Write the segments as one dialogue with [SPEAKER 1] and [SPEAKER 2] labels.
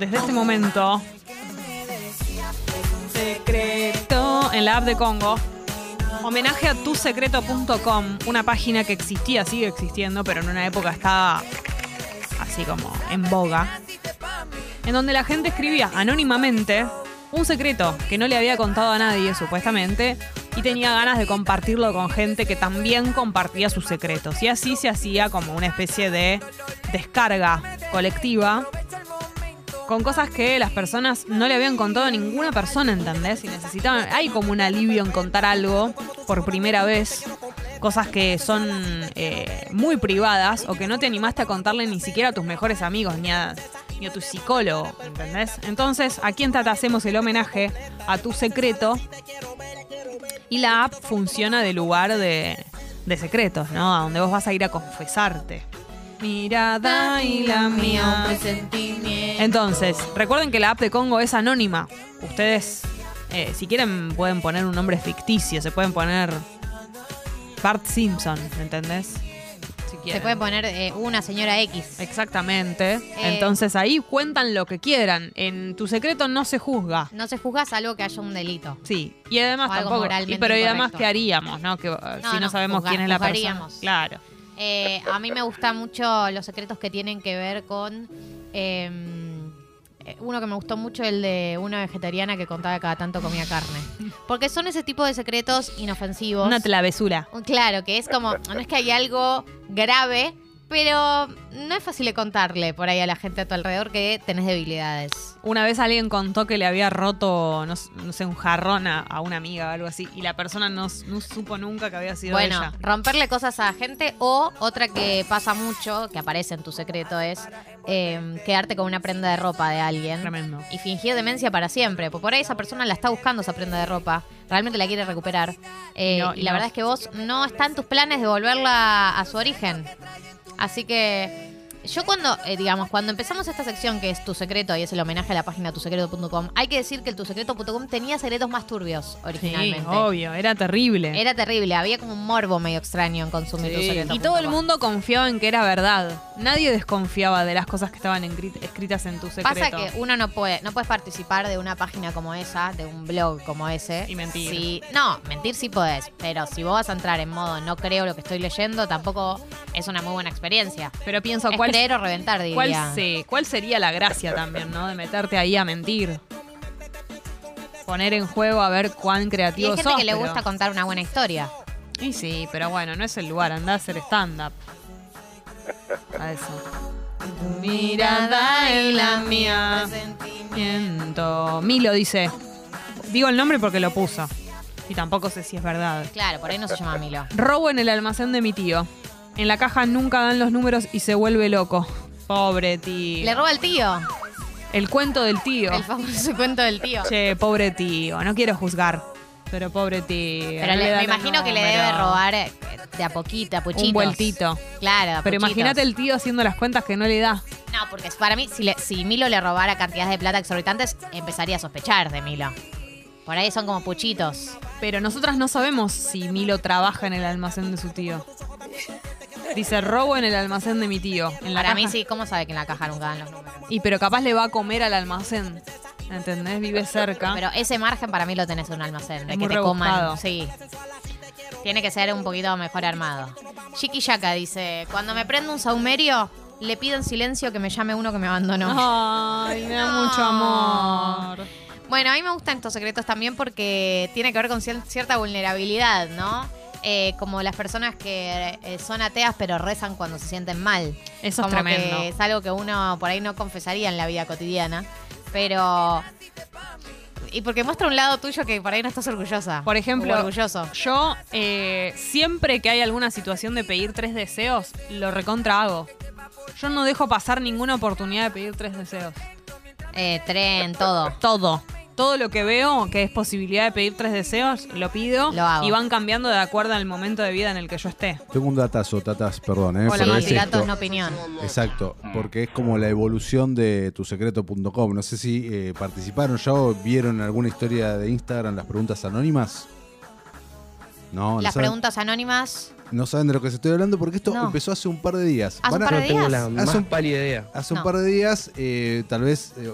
[SPEAKER 1] este momento. Secreto en la app de Congo. Homenaje a tusecreto.com, una página que existía, sigue existiendo, pero en una época estaba así como en boga. En donde la gente escribía anónimamente un secreto que no le había contado a nadie, supuestamente, y tenía ganas de compartirlo con gente que también compartía sus secretos. Y así se hacía como una especie de descarga colectiva con cosas que las personas no le habían contado a ninguna persona, ¿entendés? Y necesitaban, hay como un alivio en contar algo por primera vez, cosas que son eh, muy privadas o que no te animaste a contarle ni siquiera a tus mejores amigos, ni a, ni a tu psicólogo, ¿entendés? Entonces, ¿a quién te hacemos el homenaje? A tu secreto. Y la app funciona de lugar de, de secretos, ¿no? A donde vos vas a ir a confesarte. Mirada y la mía. Entonces, recuerden que la app de Congo es anónima. Ustedes, eh, si quieren, pueden poner un nombre ficticio. Se pueden poner Bart Simpson, ¿entendés? Si
[SPEAKER 2] Se
[SPEAKER 1] quieren.
[SPEAKER 2] puede poner eh, una señora X.
[SPEAKER 1] Exactamente. Entonces ahí cuentan lo que quieran. En tu secreto no se juzga.
[SPEAKER 2] No se juzga salvo que haya un delito.
[SPEAKER 1] Sí, y además
[SPEAKER 2] O algo
[SPEAKER 1] tampoco.
[SPEAKER 2] moralmente
[SPEAKER 1] y- pero y además,
[SPEAKER 2] incorrecto.
[SPEAKER 1] ¿qué haríamos? ¿no? Que, eh, si no,
[SPEAKER 2] no,
[SPEAKER 1] sabemos
[SPEAKER 2] juzga-
[SPEAKER 1] quién es la persona.
[SPEAKER 2] juzgaríamos.
[SPEAKER 1] Claro.
[SPEAKER 2] Eh, a mí me gustan mucho los secretos que tienen que ver con. eh, uno que me gustó mucho, el de una vegetariana que contaba que cada tanto comía carne. Porque son ese tipo de secretos inofensivos.
[SPEAKER 1] Una tlavesura.
[SPEAKER 2] Un- Claro, que es como, no es que hay algo grave, pero no es fácil de contarle por ahí a la gente a tu alrededor que tenés debilidades.
[SPEAKER 1] Una vez alguien contó que le había roto, no, s- no sé, un jarrón a, a una amiga o algo así, y la persona no, s- no supo nunca que había sido
[SPEAKER 2] Bueno,
[SPEAKER 1] ella.
[SPEAKER 2] romperle cosas a gente o otra que pasa mucho, que aparece en tu secreto, es eh, quedarte con una prenda de ropa de alguien.
[SPEAKER 1] Tremendo.
[SPEAKER 2] Y fingir demencia para siempre. Porque por ahí esa persona la está buscando esa prenda de ropa. Realmente la quiere recuperar. Eh,
[SPEAKER 1] No,
[SPEAKER 2] y
[SPEAKER 1] y
[SPEAKER 2] la
[SPEAKER 1] no.
[SPEAKER 2] verdad es que vos no está en tus planes de volverla a su origen. Así que yo cuando, eh, digamos, cuando empezamos esta sección que es Tu Secreto y es el homenaje a la página tusecreto.com, hay que decir que el tusecreto.com tenía secretos más turbios
[SPEAKER 1] Sí,
[SPEAKER 2] originalmente.
[SPEAKER 1] obvio, era terrible.
[SPEAKER 2] Era terrible, había como un morbo medio extraño en consumir
[SPEAKER 1] Sí.
[SPEAKER 2] tu secreto.
[SPEAKER 1] Y todo el mundo confiaba en que era verdad. Nadie desconfiaba de las cosas que estaban encri- escritas en tu secreto.
[SPEAKER 2] Pasa que uno no puede, no puedes participar de una página como esa, de un blog como ese.
[SPEAKER 1] Y mentir.
[SPEAKER 2] Si- no, mentir sí podés, pero si vos vas a entrar en modo no creo lo que estoy leyendo, tampoco es una muy buena experiencia.
[SPEAKER 1] Pero pienso,
[SPEAKER 2] Es
[SPEAKER 1] ¿cuál,
[SPEAKER 2] creer o reventar, diría.
[SPEAKER 1] cuál, se- cuál sería la gracia también, no? De meterte ahí a mentir. Poner en juego a ver cuán
[SPEAKER 2] y
[SPEAKER 1] creativo
[SPEAKER 2] hay gente
[SPEAKER 1] sos,
[SPEAKER 2] que le
[SPEAKER 1] pero-
[SPEAKER 2] gusta contar una buena historia.
[SPEAKER 1] Y sí, pero bueno, no es el lugar, anda a hacer stand-up. A eso. Tu mirada y la mía. Siento. Milo dice. Digo el nombre porque lo puso. Y tampoco sé si es verdad.
[SPEAKER 2] Claro, por ahí no se llama Milo.
[SPEAKER 1] Robo en el almacén de mi tío. En la caja nunca dan los números y se vuelve loco. Pobre tío.
[SPEAKER 2] Le roba al tío.
[SPEAKER 1] El cuento del tío.
[SPEAKER 2] El famoso cuento del tío.
[SPEAKER 1] Che, pobre tío. No quiero juzgar. Pero pobre tío.
[SPEAKER 2] Pero
[SPEAKER 1] no
[SPEAKER 2] le-
[SPEAKER 1] dan el
[SPEAKER 2] me imagino que le debe
[SPEAKER 1] número.
[SPEAKER 2] robar eh, de a poquita, a puchitos.
[SPEAKER 1] Un vueltito.
[SPEAKER 2] Claro, a
[SPEAKER 1] Pero
[SPEAKER 2] puchitos.
[SPEAKER 1] imagínate el tío haciendo las cuentas que no le da.
[SPEAKER 2] No, porque para mí, si, le- si Milo le robara cantidades de plata exorbitantes, empezaría a sospechar de Milo. Por ahí son como puchitos.
[SPEAKER 1] Pero nosotras no sabemos si Milo trabaja en el almacén de su tío. Dice robo en el almacén de mi tío. En la
[SPEAKER 2] Para mí
[SPEAKER 1] caja.
[SPEAKER 2] sí, ¿cómo sabe que en la caja nunca dan los números?
[SPEAKER 1] Y pero capaz le va a comer al almacén. ¿Entendés? Vive cerca.
[SPEAKER 2] Pero ese margen para mí lo tenés en un almacén, de
[SPEAKER 1] Es
[SPEAKER 2] que
[SPEAKER 1] muy
[SPEAKER 2] te coman.
[SPEAKER 1] rebuscado.
[SPEAKER 2] Sí. Tiene que ser un poquito mejor armado. Chiqui Yaca dice, cuando me prendo un saumerio, le pido en silencio que me llame uno que me abandonó.
[SPEAKER 1] Ay, me da mucho amor.
[SPEAKER 2] Bueno, a mí me gustan estos secretos también porque tiene que ver con cier- cierta vulnerabilidad, ¿no? Eh, como las personas que eh, son ateas pero rezan cuando se sienten mal.
[SPEAKER 1] Eso es
[SPEAKER 2] Como
[SPEAKER 1] tremendo.
[SPEAKER 2] que es algo que uno por ahí no confesaría en la vida cotidiana. Pero. Y porque muestra un lado tuyo que por ahí no estás orgullosa.
[SPEAKER 1] Por ejemplo-
[SPEAKER 2] O orgulloso.
[SPEAKER 1] Yo, eh, siempre que hay alguna situación de pedir tres deseos, lo recontra hago. Yo no dejo pasar ninguna oportunidad de pedir tres deseos.
[SPEAKER 2] Eh, tren, todo.
[SPEAKER 1] Todo. Todo lo que veo que es posibilidad de pedir tres deseos, lo pido.
[SPEAKER 2] Lo hago.
[SPEAKER 1] Y van cambiando de acuerdo al momento de vida en el que yo esté.
[SPEAKER 3] Tengo un datazo, tatas, perdón, ¿eh?
[SPEAKER 1] Hola,
[SPEAKER 3] pero
[SPEAKER 2] Son
[SPEAKER 3] es
[SPEAKER 2] datos,
[SPEAKER 3] esto.
[SPEAKER 2] no opinión.
[SPEAKER 3] Exacto, porque es como la evolución de tusecreto.com. No sé si eh, participaron ya o vieron alguna historia de Instagram, las preguntas anónimas. No, no
[SPEAKER 2] Las
[SPEAKER 3] saben,
[SPEAKER 2] preguntas anónimas.
[SPEAKER 3] no saben de lo que se estoy hablando porque esto
[SPEAKER 2] No.
[SPEAKER 3] empezó hace un par de días.
[SPEAKER 2] Hace un
[SPEAKER 3] Van a-
[SPEAKER 2] par de
[SPEAKER 4] No tengo
[SPEAKER 2] días.
[SPEAKER 4] la
[SPEAKER 3] Hace
[SPEAKER 4] más
[SPEAKER 3] un-
[SPEAKER 4] pálida idea.
[SPEAKER 3] Hace
[SPEAKER 2] No.
[SPEAKER 3] un par de días, eh, tal vez eh,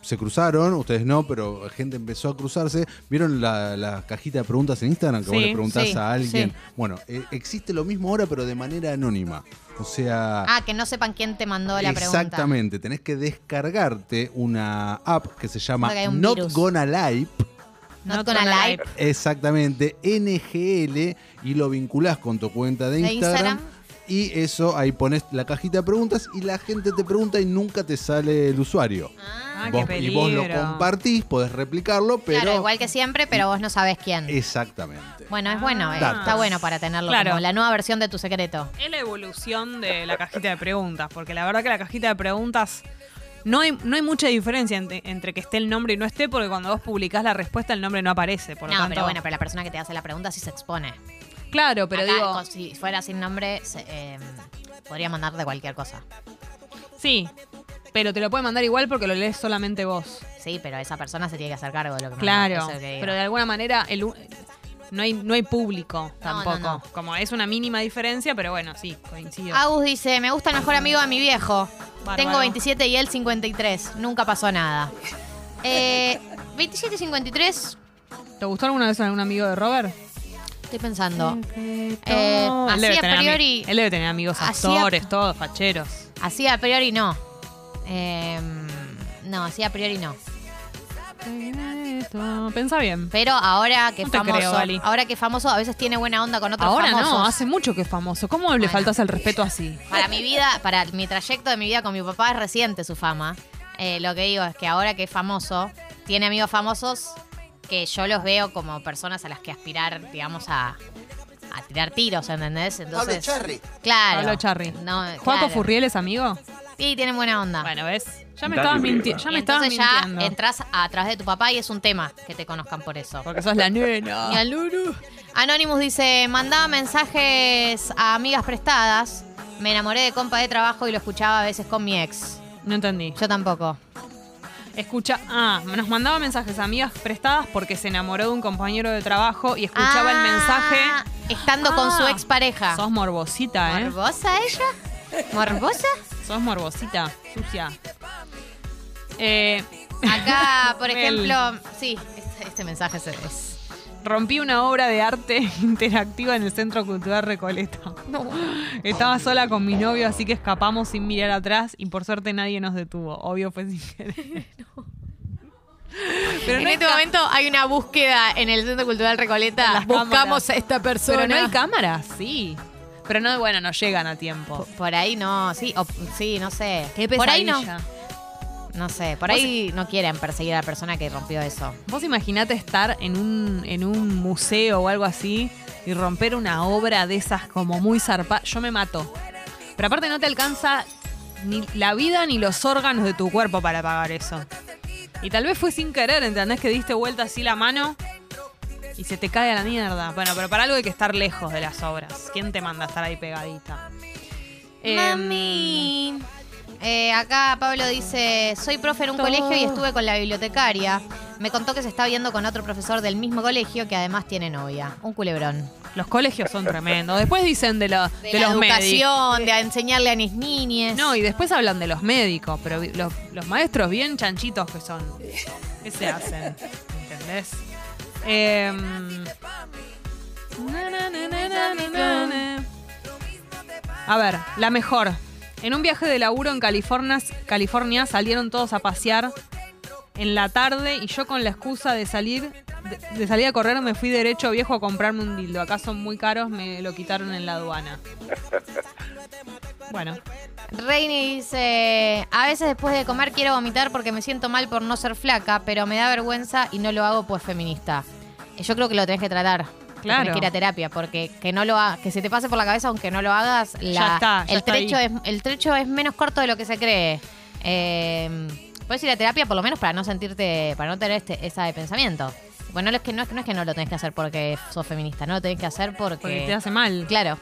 [SPEAKER 3] se cruzaron, ustedes no, pero gente empezó a cruzarse. ¿Vieron la, la cajita de preguntas en Instagram? Que vos
[SPEAKER 1] Sí,
[SPEAKER 3] le preguntás
[SPEAKER 2] sí,
[SPEAKER 3] a alguien.
[SPEAKER 2] sí.
[SPEAKER 3] Bueno, eh, existe lo mismo ahora, pero de manera anónima. O sea.
[SPEAKER 2] Ah, que no sepan quién te mandó la pregunta.
[SPEAKER 3] Exactamente, tenés que descargarte una app que se
[SPEAKER 2] O
[SPEAKER 3] llama
[SPEAKER 2] sea, que hay un
[SPEAKER 3] Not
[SPEAKER 2] virus.
[SPEAKER 3] Gonna Live,
[SPEAKER 2] Not
[SPEAKER 1] con
[SPEAKER 2] gonna
[SPEAKER 1] la
[SPEAKER 2] lie.
[SPEAKER 3] exactamente, NGL, y lo vinculás con tu cuenta de
[SPEAKER 2] ¿De
[SPEAKER 3] Instagram.
[SPEAKER 2] Instagram?
[SPEAKER 3] Y eso, ahí pones la cajita de preguntas y la gente te pregunta y nunca te sale el usuario.
[SPEAKER 2] Ah,
[SPEAKER 1] Ah,
[SPEAKER 3] Vos-
[SPEAKER 1] qué
[SPEAKER 3] y vos lo
[SPEAKER 1] peligro.
[SPEAKER 3] compartís, podés replicarlo, pero...
[SPEAKER 2] claro, igual que siempre, pero vos no sabés quién.
[SPEAKER 3] Exactamente.
[SPEAKER 2] bueno, es bueno, eh,
[SPEAKER 3] Datos.
[SPEAKER 2] está bueno para tenerlo
[SPEAKER 1] Claro.
[SPEAKER 2] como la nueva versión de tu secreto.
[SPEAKER 1] Es la evolución de la cajita de preguntas, porque la verdad que la cajita de preguntas no hay, no hay mucha diferencia entre, entre que esté el nombre y no esté, porque cuando vos publicás la respuesta el nombre no aparece. Por lo
[SPEAKER 2] no,
[SPEAKER 1] tanto,
[SPEAKER 2] pero bueno, pero la persona que te hace la pregunta sí se expone.
[SPEAKER 1] claro, pero
[SPEAKER 2] Acá,
[SPEAKER 1] digo,
[SPEAKER 2] co- si fuera sin nombre, se- eh, podría mandarte cualquier cosa.
[SPEAKER 1] sí, pero te lo puede mandar igual porque lo lees solamente vos.
[SPEAKER 2] Sí, pero esa persona se tiene que hacer cargo de lo que mandó,
[SPEAKER 1] Claro,
[SPEAKER 2] eso es lo que digo.
[SPEAKER 1] pero de alguna manera el u- no hay no hay público tampoco.
[SPEAKER 2] no, Ah. no.
[SPEAKER 1] Como es una mínima diferencia, pero bueno, sí, coincido.
[SPEAKER 2] Agus dice, me gusta el mejor amigo de mi viejo.
[SPEAKER 1] Bárbaro.
[SPEAKER 2] Tengo 27 y él 53. Nunca pasó nada. Eh, 27 y 53,
[SPEAKER 1] ¿Te gustó alguna vez algún amigo de Robert?
[SPEAKER 2] estoy pensando.
[SPEAKER 1] Eh,
[SPEAKER 2] así
[SPEAKER 1] él debe
[SPEAKER 2] a
[SPEAKER 1] tener ami-
[SPEAKER 2] priori-
[SPEAKER 1] Él debe tener amigos
[SPEAKER 2] Así a-
[SPEAKER 1] actores, todos facheros.
[SPEAKER 2] Así a priori no. Eh, no, así a priori no.
[SPEAKER 1] Pensa bien.
[SPEAKER 2] Pero ahora que
[SPEAKER 1] No te
[SPEAKER 2] famoso,
[SPEAKER 1] creo, Ali.
[SPEAKER 2] ahora que famoso a veces tiene buena onda con otros
[SPEAKER 1] Ahora no,
[SPEAKER 2] famosos.
[SPEAKER 1] hace mucho que es famoso. ¿Cómo le
[SPEAKER 2] Bueno.
[SPEAKER 1] faltas el respeto así?
[SPEAKER 2] Para mi vida, para mi trayecto de mi vida con mi papá es reciente su fama. Eh, lo que digo es que ahora que es famoso, tiene amigos famosos que yo los veo como personas a las que aspirar, digamos, a, a tirar tiros, ¿entendés? Entonces, Charri. Claro.
[SPEAKER 1] Pablo Charri.
[SPEAKER 2] No,
[SPEAKER 1] ¿Juaco
[SPEAKER 2] claro.
[SPEAKER 1] Furriel es amigo?
[SPEAKER 2] Sí, tienen buena onda.
[SPEAKER 1] Bueno, ¿ves? Ya me
[SPEAKER 4] Dale,
[SPEAKER 1] estabas
[SPEAKER 4] boluda.
[SPEAKER 1] mintiendo. Ya
[SPEAKER 2] Y
[SPEAKER 1] me estabas
[SPEAKER 2] entonces ya
[SPEAKER 1] mintiendo.
[SPEAKER 2] entras a través de tu papá y es un tema que te conozcan por eso.
[SPEAKER 1] Porque sos la nena.
[SPEAKER 2] Y al Anonymous dice, mandaba mensajes a amigas prestadas, me enamoré de compa de trabajo y lo escuchaba a veces con mi ex.
[SPEAKER 1] No entendí.
[SPEAKER 2] Yo tampoco.
[SPEAKER 1] Escucha, ah, nos mandaba mensajes a amigas prestadas porque se enamoró de un compañero de trabajo y escuchaba el
[SPEAKER 2] Ah,
[SPEAKER 1] mensaje.
[SPEAKER 2] Estando con
[SPEAKER 1] Ah.
[SPEAKER 2] su expareja.
[SPEAKER 1] Sos morbosita, ¿eh?
[SPEAKER 2] ¿Morbosa ella? ¿Morbosa?
[SPEAKER 1] Sos morbosita, sucia. Eh,
[SPEAKER 2] Acá, por
[SPEAKER 1] Mel.
[SPEAKER 2] ejemplo, sí, este, este mensaje se es.
[SPEAKER 1] rompí una obra de arte interactiva en el Centro Cultural Recoleta. Estaba sola con mi novio, así que escapamos sin mirar atrás y por suerte nadie nos detuvo. Obvio fue sin querer. Pero
[SPEAKER 2] en
[SPEAKER 1] no hay
[SPEAKER 2] este
[SPEAKER 1] ca-
[SPEAKER 2] momento hay una búsqueda en el Centro Cultural Recoleta.
[SPEAKER 1] Las
[SPEAKER 2] Buscamos
[SPEAKER 1] cámaras.
[SPEAKER 2] a esta persona.
[SPEAKER 1] Pero no hay cámaras, sí. Pero no, bueno, no llegan a tiempo.
[SPEAKER 2] P- por ahí no, sí, o- sí, no sé.
[SPEAKER 1] Qué
[SPEAKER 2] por ahí no.
[SPEAKER 1] pesadilla.
[SPEAKER 2] No sé, por
[SPEAKER 1] Vos-
[SPEAKER 2] ahí no quieren perseguir a la persona que rompió eso.
[SPEAKER 1] Vos imaginate estar en un, en un museo o algo así y romper una obra de esas como muy zarpada. Yo me mato. Pero aparte no te alcanza ni la vida ni los órganos de tu cuerpo para pagar eso. Y tal vez fue sin querer, ¿entendés? Que diste vuelta así la mano y se te cae a la mierda. Bueno, pero para algo hay que estar lejos de las obras. ¿Quién te manda a estar ahí pegadita? Em,
[SPEAKER 2] Mami. Eh, acá Pablo dice, soy profe en un
[SPEAKER 1] Todo.
[SPEAKER 2] colegio y estuve con la bibliotecaria. Me contó que se está viendo con otro profesor del mismo colegio que además tiene novia. Un culebrón.
[SPEAKER 1] los colegios son tremendos. Después dicen de, la- de
[SPEAKER 2] la
[SPEAKER 1] los médicos.
[SPEAKER 2] educación, de enseñarle a mis niñes.
[SPEAKER 1] No, y después hablan de los médicos, pero vi- los, los maestros bien chanchitos que son. ¿Qué se hacen? ¿Entendés? Em, na, na, na, na, na, na, na, na. A ver, la mejor. En un viaje de laburo en California, California salieron todos a pasear en la tarde y yo con la excusa de salir de, de salir a correr me fui derecho viejo a comprarme un dildo. Acá son muy caros, me lo quitaron en la aduana. Bueno.
[SPEAKER 2] Reini dice, a veces después de comer quiero vomitar porque me siento mal por no ser flaca, pero me da vergüenza y no lo hago pues feminista. Eh, Yo creo que lo tenés que tratar. que
[SPEAKER 1] Claro.
[SPEAKER 2] Tenés que ir a terapia, porque que no lo ha- que se te pase por la cabeza aunque no lo hagas, la-
[SPEAKER 1] está, ya
[SPEAKER 2] el,
[SPEAKER 1] está
[SPEAKER 2] trecho
[SPEAKER 1] ahí.
[SPEAKER 2] es, el trecho es menos corto de lo que se cree. Eh, puedes ir a terapia por lo menos para no sentirte, para no tener este, esa de pensamiento. Bueno, no es que no es que no es que no lo tenés que hacer porque sos feminista, no lo tenés que hacer porque.
[SPEAKER 1] Porque te hace mal.
[SPEAKER 2] Claro,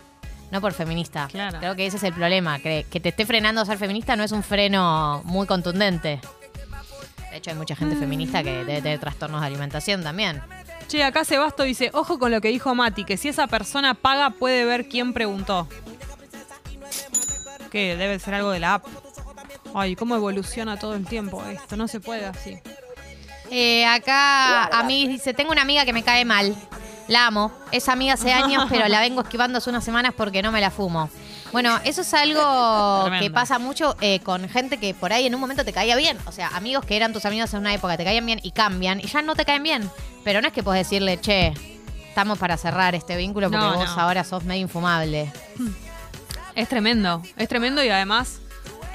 [SPEAKER 2] no por feminista.
[SPEAKER 1] Claro.
[SPEAKER 2] Creo que ese es el problema. Que, que te esté frenando ser feminista no es un freno muy contundente. De hecho, hay mucha gente feminista que debe tener trastornos de alimentación también.
[SPEAKER 1] Che, acá Sebasto dice, ojo con lo que dijo Mati, que si esa persona paga puede ver quién preguntó. Que debe ser algo de la app. Ay, cómo evoluciona todo el tiempo esto. No se puede así.
[SPEAKER 2] Eh, acá a mí dice, tengo una amiga que me cae mal. La amo. Es amiga hace años, pero la vengo esquivando hace unas semanas porque no me la fumo. Bueno, eso es algo que
[SPEAKER 1] Tremendo.
[SPEAKER 2] pasa mucho eh, con gente que por ahí en un momento te caía bien. O sea, amigos que eran tus amigos en una época, te caían bien y cambian y ya no te caen bien. Pero no es que puedes decirle, che, estamos para cerrar este vínculo porque
[SPEAKER 1] No,
[SPEAKER 2] vos
[SPEAKER 1] no.
[SPEAKER 2] ahora sos medio infumable.
[SPEAKER 1] Es tremendo, es tremendo y además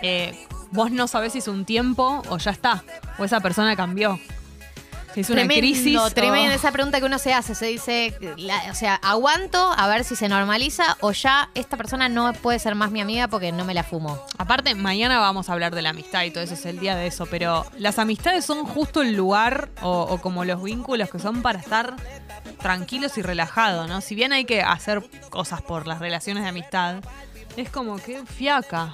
[SPEAKER 1] eh, vos no sabés si es un tiempo o ya está, o esa persona cambió. Si es una
[SPEAKER 2] tremendo,
[SPEAKER 1] crisis. o-
[SPEAKER 2] tremendo esa pregunta que uno se hace. Se dice, la- o sea, aguanto a ver si se normaliza o ya esta persona no puede ser más mi amiga porque no me la fumo.
[SPEAKER 1] Aparte, mañana vamos a hablar de la amistad y todo eso es el día de eso, pero las amistades son justo el lugar o, o como los vínculos que son para estar tranquilos y relajados, ¿no? Si bien hay que hacer cosas por las relaciones de amistad, es como que fiaca.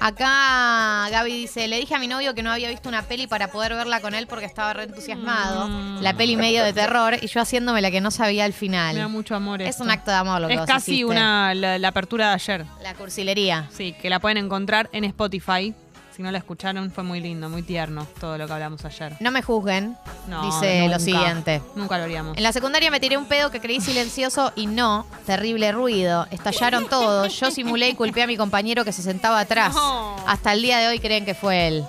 [SPEAKER 2] Acá Gaby dice, le dije a mi novio que no había visto una peli para poder verla con él porque estaba re entusiasmado.
[SPEAKER 1] Mm.
[SPEAKER 2] La peli medio de terror y yo haciéndome la que no sabía al final.
[SPEAKER 1] Me da mucho amor.
[SPEAKER 2] es
[SPEAKER 1] esto.
[SPEAKER 2] un acto de amor lo que
[SPEAKER 1] Es
[SPEAKER 2] vos
[SPEAKER 1] casi
[SPEAKER 2] hiciste.
[SPEAKER 1] una, la- la apertura de ayer.
[SPEAKER 2] La cursilería.
[SPEAKER 1] Sí, que la pueden encontrar en Spotify. Si no la escucharon, fue muy lindo, muy tierno todo lo que hablamos ayer.
[SPEAKER 2] No me juzguen,
[SPEAKER 1] No,
[SPEAKER 2] dice
[SPEAKER 1] nunca.
[SPEAKER 2] lo siguiente.
[SPEAKER 1] Nunca lo haríamos.
[SPEAKER 2] En la secundaria me tiré un pedo que creí silencioso y no, terrible ruido. Estallaron todos. Yo simulé y culpé a mi compañero que se sentaba atrás.
[SPEAKER 1] No.
[SPEAKER 2] Hasta el día de hoy creen que fue él.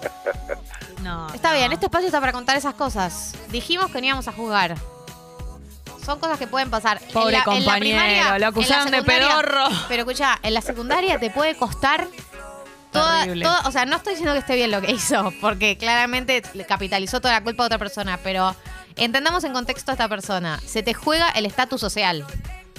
[SPEAKER 1] No,
[SPEAKER 2] Está
[SPEAKER 1] no.
[SPEAKER 2] bien, este espacio está para contar esas cosas. Dijimos que no íbamos a jugar. Son cosas que pueden pasar.
[SPEAKER 1] Pobre
[SPEAKER 2] la- la
[SPEAKER 1] compañero,
[SPEAKER 2] primaria,
[SPEAKER 1] lo acusaron
[SPEAKER 2] en la
[SPEAKER 1] de
[SPEAKER 2] secundaria-
[SPEAKER 1] pedorro.
[SPEAKER 2] Pero escucha, en la secundaria te puede costar toda,
[SPEAKER 1] Terrible.
[SPEAKER 2] todo- O sea, no estoy diciendo que esté bien lo que hizo, porque claramente le capitalizó toda la culpa a otra persona, pero entendamos en contexto a esta persona. Se te juega el estatus social.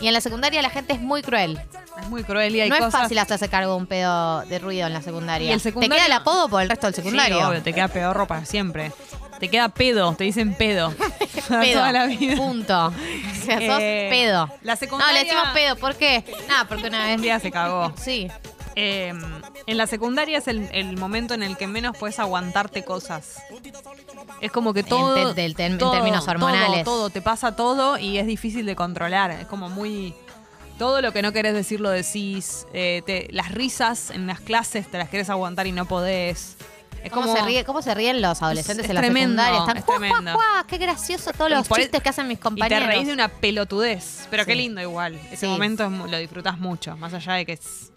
[SPEAKER 2] Y en la secundaria la gente es muy cruel.
[SPEAKER 1] Es muy cruel y hay
[SPEAKER 2] no
[SPEAKER 1] cosas.
[SPEAKER 2] es fácil hacerse cargo de un pedo de ruido en la secundaria.
[SPEAKER 1] Y el
[SPEAKER 2] Te
[SPEAKER 1] secundario-
[SPEAKER 2] queda el apodo por el resto del secundario.
[SPEAKER 1] Sí, obvio, te queda pedorro para siempre. Te queda pedo, te dicen pedo. Para
[SPEAKER 2] pedo.
[SPEAKER 1] Toda la vida.
[SPEAKER 2] Punto. O sea, sos
[SPEAKER 1] Eh,
[SPEAKER 2] pedo.
[SPEAKER 1] La
[SPEAKER 2] No,
[SPEAKER 1] secundaria.
[SPEAKER 2] le decimos pedo. ¿Por qué? Nada, porque una
[SPEAKER 1] Un
[SPEAKER 2] vez.
[SPEAKER 1] día se cagó.
[SPEAKER 2] Sí.
[SPEAKER 1] Eh, en la secundaria es el, el momento en el que menos puedes aguantarte cosas. Es como que todo.
[SPEAKER 2] te- del tem- en
[SPEAKER 1] todo,
[SPEAKER 2] términos
[SPEAKER 1] todo,
[SPEAKER 2] hormonales.
[SPEAKER 1] Todo, te pasa todo y es difícil de controlar. Es como muy. Todo lo que no querés decir lo decís. Eh, te- las risas en las clases te las querés aguantar y no podés. Es
[SPEAKER 2] ¿Cómo,
[SPEAKER 1] como.
[SPEAKER 2] se ríe, ¿Cómo se ríen los adolescentes
[SPEAKER 1] Es- es
[SPEAKER 2] en la
[SPEAKER 1] tremendo,
[SPEAKER 2] secundaria? Están,
[SPEAKER 1] es
[SPEAKER 2] "Juá, juá,
[SPEAKER 1] tremendo".
[SPEAKER 2] juá, qué gracioso todos
[SPEAKER 1] Y
[SPEAKER 2] los
[SPEAKER 1] por
[SPEAKER 2] chistes
[SPEAKER 1] eso-
[SPEAKER 2] que hacen mis
[SPEAKER 1] Y te
[SPEAKER 2] compañeros.
[SPEAKER 1] reís de una pelotudez. Pero qué
[SPEAKER 2] Sí.
[SPEAKER 1] lindo igual. Ese
[SPEAKER 2] Sí.
[SPEAKER 1] momento es mu- lo disfrutas mucho. Más allá de que es-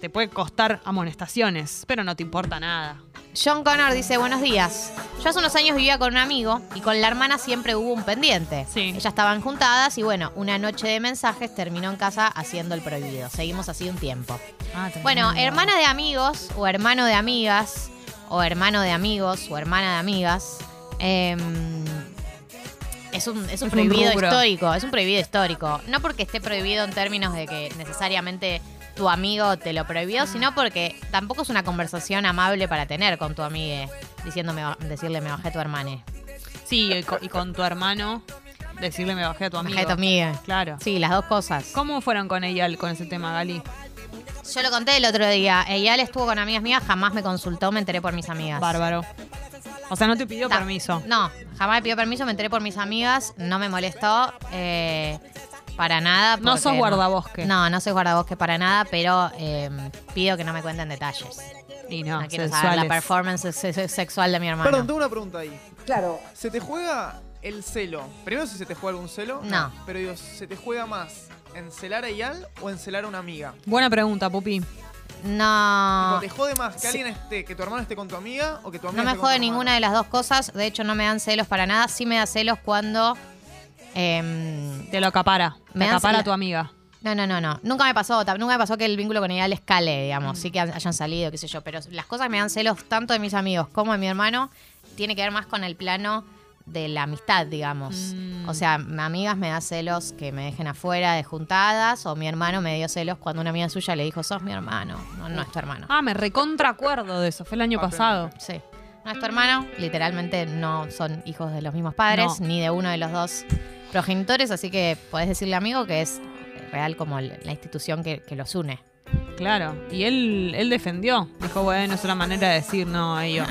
[SPEAKER 1] te puede costar amonestaciones, pero no te importa nada.
[SPEAKER 2] John Connor dice, buenos días. Yo hace unos años vivía con un amigo y con la hermana siempre hubo un pendiente.
[SPEAKER 1] Sí.
[SPEAKER 2] Ellas estaban juntadas y bueno, una noche de mensajes terminó en casa haciendo el prohibido. Seguimos así un tiempo. Bueno, hermana de amigos o hermano de amigas o hermano de amigos o hermana de amigas. eh, es un, es un
[SPEAKER 1] un
[SPEAKER 2] prohibido
[SPEAKER 1] rubro.
[SPEAKER 2] histórico, es un prohibido histórico. No porque esté prohibido en términos de que necesariamente tu amigo te lo prohibió, sino porque tampoco es una conversación amable para tener con tu amigue, diciéndome, decirle me bajé tu hermane,
[SPEAKER 1] Sí, y co- y con, tu hermano, decirle me bajé a tu
[SPEAKER 2] me
[SPEAKER 1] amigo.
[SPEAKER 2] bajé tu amiga.
[SPEAKER 1] Claro.
[SPEAKER 2] Sí, las dos cosas.
[SPEAKER 1] ¿Cómo fueron con ella con ese tema, Gali?
[SPEAKER 2] Yo lo conté el otro día. Eyal estuvo con amigas mías, jamás me consultó, me enteré por mis amigas.
[SPEAKER 1] Bárbaro. O sea, no te pidió
[SPEAKER 2] Ta-
[SPEAKER 1] permiso.
[SPEAKER 2] No, jamás me pidió permiso, me enteré por mis amigas, no me molestó eh, para nada.
[SPEAKER 1] No
[SPEAKER 2] porque
[SPEAKER 1] sos guardabosque.
[SPEAKER 2] No, no soy guardabosque para nada, pero eh, pido que no me cuenten detalles.
[SPEAKER 1] Y
[SPEAKER 2] No,
[SPEAKER 1] no,
[SPEAKER 2] quiero saber la
[SPEAKER 1] sensuales.
[SPEAKER 2] performance se- se- sexual de mi hermano.
[SPEAKER 4] Perdón, tengo una pregunta ahí.
[SPEAKER 5] Claro.
[SPEAKER 4] ¿Se te juega el celo? Primero, si se te juega algún celo.
[SPEAKER 2] No.
[SPEAKER 4] Pero digo, ¿se te juega más en celar a Ial o en celar a una amiga?
[SPEAKER 1] Buena pregunta, Pupi.
[SPEAKER 2] No,
[SPEAKER 4] Tipo, ¿Te jode más que
[SPEAKER 2] Sí.
[SPEAKER 4] alguien esté, que tu hermano esté con tu amiga o que tu
[SPEAKER 2] no
[SPEAKER 4] amiga
[SPEAKER 2] me
[SPEAKER 4] esté con tu
[SPEAKER 2] jode
[SPEAKER 4] hermano?
[SPEAKER 2] ninguna de las dos cosas. De hecho, no me dan celos para nada. Sí me da celos cuando... em,
[SPEAKER 1] Te lo acapara.
[SPEAKER 2] Me
[SPEAKER 1] Te
[SPEAKER 2] das
[SPEAKER 1] acapara
[SPEAKER 2] la-
[SPEAKER 1] tu amiga.
[SPEAKER 2] No, no, no, no. Nunca me pasó, tam- nunca me pasó que el vínculo con Ideal escale, digamos, sí que han- hayan salido, qué sé yo, pero las cosas que me dan celos tanto de mis amigos como de mi hermano tiene que ver más con el plano de la amistad, digamos.
[SPEAKER 1] Mm.
[SPEAKER 2] O sea, m- amigas me da celos que me dejen afuera de juntadas o mi hermano me dio celos cuando una amiga suya le dijo, "Sos mi hermano, no, no es tu hermano."
[SPEAKER 1] Ah, me recontra acuerdo de eso. Fue el año
[SPEAKER 4] Ah,
[SPEAKER 1] pasado.
[SPEAKER 2] Sí. No es tu hermano, literalmente no son hijos de los mismos padres,
[SPEAKER 1] No.
[SPEAKER 2] ni de uno de los dos progenitores, así que podés decirle amigo que es real como l- la institución que- que los une.
[SPEAKER 1] Claro. Y él, él defendió. Dijo, bueno, es una manera de decir no a ellos.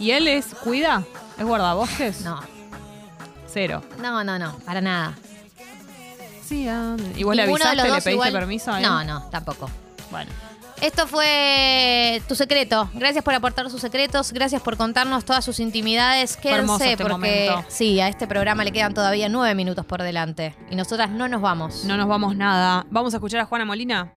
[SPEAKER 1] Y él es, cuida, es guardabosques.
[SPEAKER 2] No,
[SPEAKER 1] Cero.
[SPEAKER 2] no, no, no, para nada.
[SPEAKER 1] Sí, ah, igual le
[SPEAKER 2] Ninguno de
[SPEAKER 1] avisaste,
[SPEAKER 2] los
[SPEAKER 1] le
[SPEAKER 2] dos
[SPEAKER 1] pediste
[SPEAKER 2] igual-
[SPEAKER 1] permiso. a él?
[SPEAKER 2] No, no, tampoco.
[SPEAKER 1] Bueno.
[SPEAKER 2] Esto fue tu secreto. Gracias por aportar sus secretos, gracias por contarnos todas sus intimidades.
[SPEAKER 1] hermoso
[SPEAKER 2] Quédense
[SPEAKER 1] este
[SPEAKER 2] porque
[SPEAKER 1] momento.
[SPEAKER 2] sí, a este programa le quedan todavía nueve minutos por delante y nosotras no nos vamos.
[SPEAKER 1] No nos vamos nada. Vamos a escuchar a Juana Molina.